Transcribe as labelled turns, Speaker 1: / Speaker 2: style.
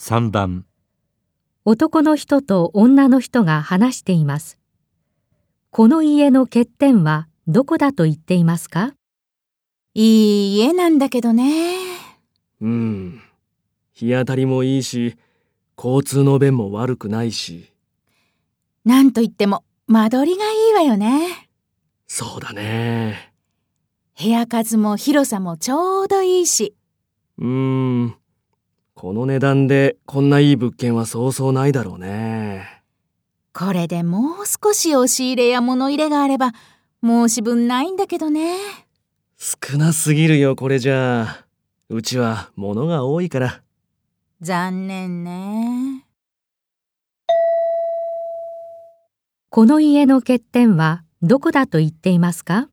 Speaker 1: 3番
Speaker 2: 男の人と女の人が話しています。この家の欠点はどこだと言っていますか
Speaker 3: いい家なんだけどね。
Speaker 4: うん。日当たりもいいし、交通の便も悪くないし。
Speaker 3: なんといっても間取りがいいわよね。
Speaker 4: そうだね。
Speaker 3: 部屋数も広さもちょうどいいし。
Speaker 4: うん。この値段でこんないい物件はそうそうないだろうね。
Speaker 3: これでもう少し押し入れや物入れがあれば、申し分ないんだけどね。
Speaker 4: 少なすぎるよ、これじゃあ。うちは物が多いから。
Speaker 3: 残念ね。
Speaker 2: この家の欠点はどこだと言っていますか